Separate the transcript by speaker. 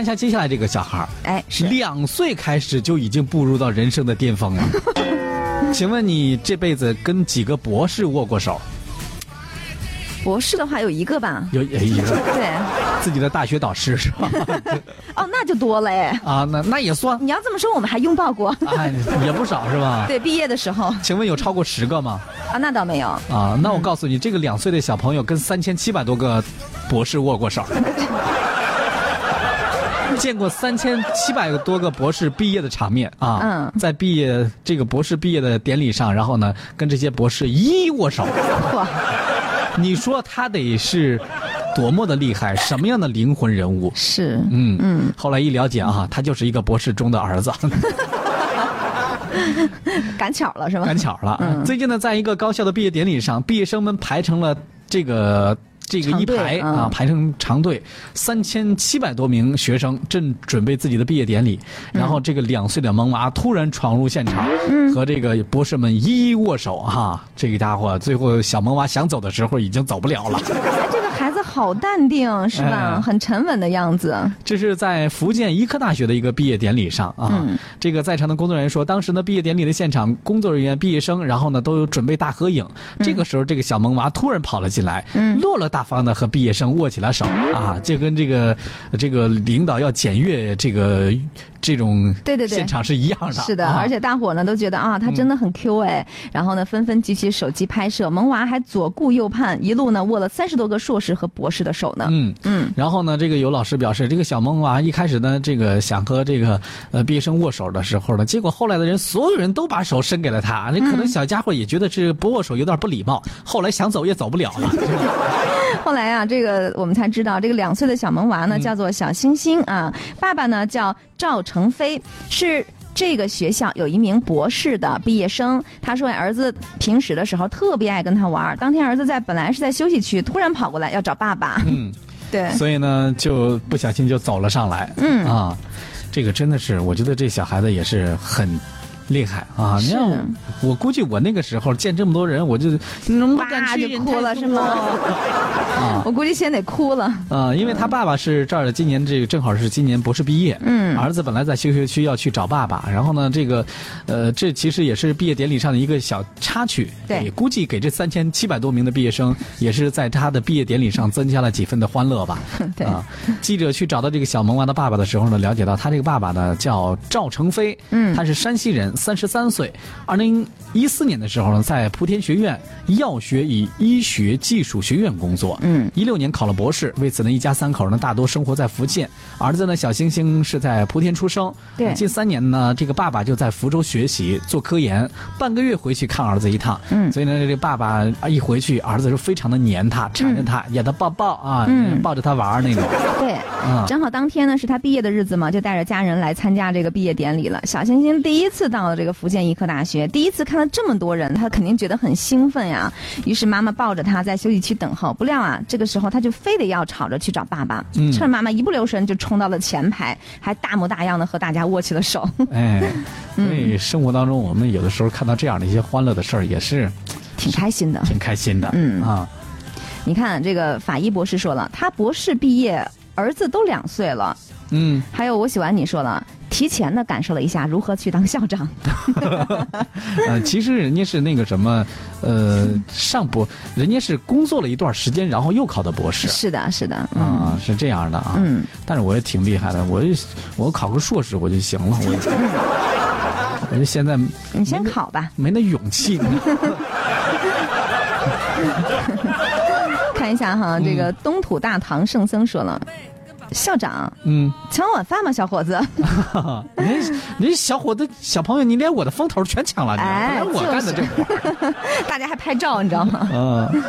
Speaker 1: 看一下接下来这个小孩儿，
Speaker 2: 哎，是
Speaker 1: 两岁开始就已经步入到人生的巅峰了。 请问你这辈子跟几个博士握过手？
Speaker 2: 博士的话有一个吧？
Speaker 1: 有有一个
Speaker 2: 对，
Speaker 1: 自己的大学导师是吧？
Speaker 2: 哦，那就多了哎。
Speaker 1: 啊，那那也算，
Speaker 2: 你要这么说，我们还拥抱过。
Speaker 1: 啊，也不少是吧？
Speaker 2: 对，毕业的时候
Speaker 1: 请问有超过十个吗？
Speaker 2: 啊，那倒没有。
Speaker 1: 啊，那我告诉你，这个两岁的小朋友跟三千七百多个博士握过手，见过三千七百多个博士毕业的场面啊！
Speaker 2: 嗯
Speaker 1: 在毕业这个博士毕业的典礼上，然后呢，跟这些博士一一握手，
Speaker 2: 哇，
Speaker 1: 你说他得是多么的厉害，什么样的灵魂人物？
Speaker 2: 是，
Speaker 1: 嗯嗯，后来一了解啊，他就是一个博士中的儿子。
Speaker 2: 赶巧了是嗯吗？
Speaker 1: 赶巧了。啊最近呢，在一个高校的毕业典礼上，毕业生们排成了这个。这个一
Speaker 2: 长队
Speaker 1: 排
Speaker 2: 嗯
Speaker 1: 啊，排成长队，三千七百多名学生正准备自己的毕业典礼，
Speaker 2: 嗯
Speaker 1: 然后这个两岁的萌娃突然闯入现场，和这个博士们一一握手哈、这个家伙最后小萌娃想走的时候已经走不了了。
Speaker 2: 哎这个孩子好淡定是吧？
Speaker 1: 哎
Speaker 2: 很沉稳的样子。
Speaker 1: 这是在福建医科大学的一个毕业典礼上啊。
Speaker 2: 嗯
Speaker 1: 这个在场的工作人员说，当时呢，毕业典礼的现场，工作人员、毕业生，然后呢，都有准备大合影。
Speaker 2: 嗯
Speaker 1: 这个时候，这个小萌娃突然跑了进来，落落大方的和毕业生握起了手啊，就跟这个这个领导要检阅这个这种
Speaker 2: 对对对
Speaker 1: 现场是一样的。
Speaker 2: 是的，
Speaker 1: 啊嗯
Speaker 2: 而且大伙呢都觉得啊，他真的很 Q 哎，然后呢纷纷举起手机拍摄，萌娃还左顾右盼，一路呢握了三十多个硕士和博士的手呢。
Speaker 1: 嗯
Speaker 2: 嗯，
Speaker 1: 然后呢，这个有老师表示，这个小萌娃一开始呢，这个想和这个呃毕业生握手的时候呢，结果后来的人所有人都把手伸给了
Speaker 2: 嗯
Speaker 1: 他，那可能小家伙也觉得这不握手有点不礼貌，后来想走也走不了
Speaker 2: 嗯
Speaker 1: 了。
Speaker 2: 后来啊，这个我们才知道，这个两岁的小萌
Speaker 1: 嗯
Speaker 2: 娃呢叫做小星星啊，爸爸呢叫赵成飞，是。这个学校有一名博士的毕业生，他说儿子平时的时候特别爱跟他玩儿。当天儿子在本来是在休息区，突然跑过来要找爸爸。
Speaker 1: 嗯，
Speaker 2: 对，
Speaker 1: 所以呢，就不小心就走了上来。
Speaker 2: 嗯
Speaker 1: 啊，这个真的是，我觉得这小孩子也是很。厉害啊！你
Speaker 2: 是
Speaker 1: 看，我估计我那个时候见这么多人，我就嗯不敢
Speaker 2: 哇
Speaker 1: 去，
Speaker 2: 就哭了是吗？
Speaker 1: 啊，
Speaker 2: 我估计先得哭了。
Speaker 1: 呃，因为他爸爸是这儿的，今年这个正好是今年博士毕业，
Speaker 2: 嗯
Speaker 1: 儿子本来在休学区要去找爸爸，然后呢，这个，呃，这其实也是毕业典礼上的一个小插曲，
Speaker 2: 对
Speaker 1: 也估计给这三千七百多名的毕业生，也是在他的毕业典礼上增加了几分的欢乐吧，
Speaker 2: 对
Speaker 1: 啊，记者去找到这个小萌娃的爸爸的时候呢，了解到他这个爸爸呢叫赵成飞，
Speaker 2: 嗯
Speaker 1: 他是山西人，三十三岁，二零一四年的时候呢，在莆田学院药学与医学技术学院工作，
Speaker 2: 嗯，
Speaker 1: 一六年考了博士，为此呢，一家三口呢大多生活在福建。儿子呢，小星星是在莆田出生。
Speaker 2: 对
Speaker 1: 近三年呢，这个爸爸就在福州学习做科研，半个月回去看儿子一趟。
Speaker 2: 嗯
Speaker 1: 所以呢，这个爸爸啊一回去，儿子就非常的黏他，缠着他，也他抱抱啊，
Speaker 2: 嗯
Speaker 1: 抱着他玩儿 那种。
Speaker 2: 对，
Speaker 1: 啊
Speaker 2: 正好当天呢是他毕业的日子嘛，就带着家人来参加这个毕业典礼了。小星星第一次到了这个福建医科大学，第一次看到这么多人，他肯定觉得很兴奋呀。于是妈妈抱着他在休息区等候，不料啊，这个时候他就非得要吵着去找爸爸，
Speaker 1: 嗯
Speaker 2: 趁妈妈一不留神就冲到了前排，还大模大样的和大家握起了手。
Speaker 1: 哎，
Speaker 2: 嗯
Speaker 1: 所以生活当中，我们有的时候看到这样的一些欢乐的事儿，也是
Speaker 2: 挺开心的。
Speaker 1: 挺开心的。
Speaker 2: 嗯
Speaker 1: 啊，
Speaker 2: 你看，这个法医博士说了，他博士毕业，儿子都两岁了。
Speaker 1: 嗯，
Speaker 2: 还有，我喜欢你说了，提前的感受了一下如何去当校长。
Speaker 1: 呃，其实人家是那个什么，呃，上博，人家是工作了一段时间，然后又考的博士。
Speaker 2: 是的，是的，嗯
Speaker 1: 啊，是这样的啊，
Speaker 2: 嗯，
Speaker 1: 但是我也挺厉害的，我就我考个硕士我就行了，我 我就现在
Speaker 2: 你先考吧，
Speaker 1: 没那勇 气，你知道吗
Speaker 2: 看一下哈，这个东土大唐圣僧说了，校长
Speaker 1: 嗯，
Speaker 2: 抢晚饭吗，小伙子？
Speaker 1: 哈哈，人家人家小伙子小朋友，你连我的风头全抢了，你知道吗
Speaker 2: 哎
Speaker 1: 本来我干的这活儿，
Speaker 2: 大家还拍照，你知道吗？
Speaker 1: 嗯。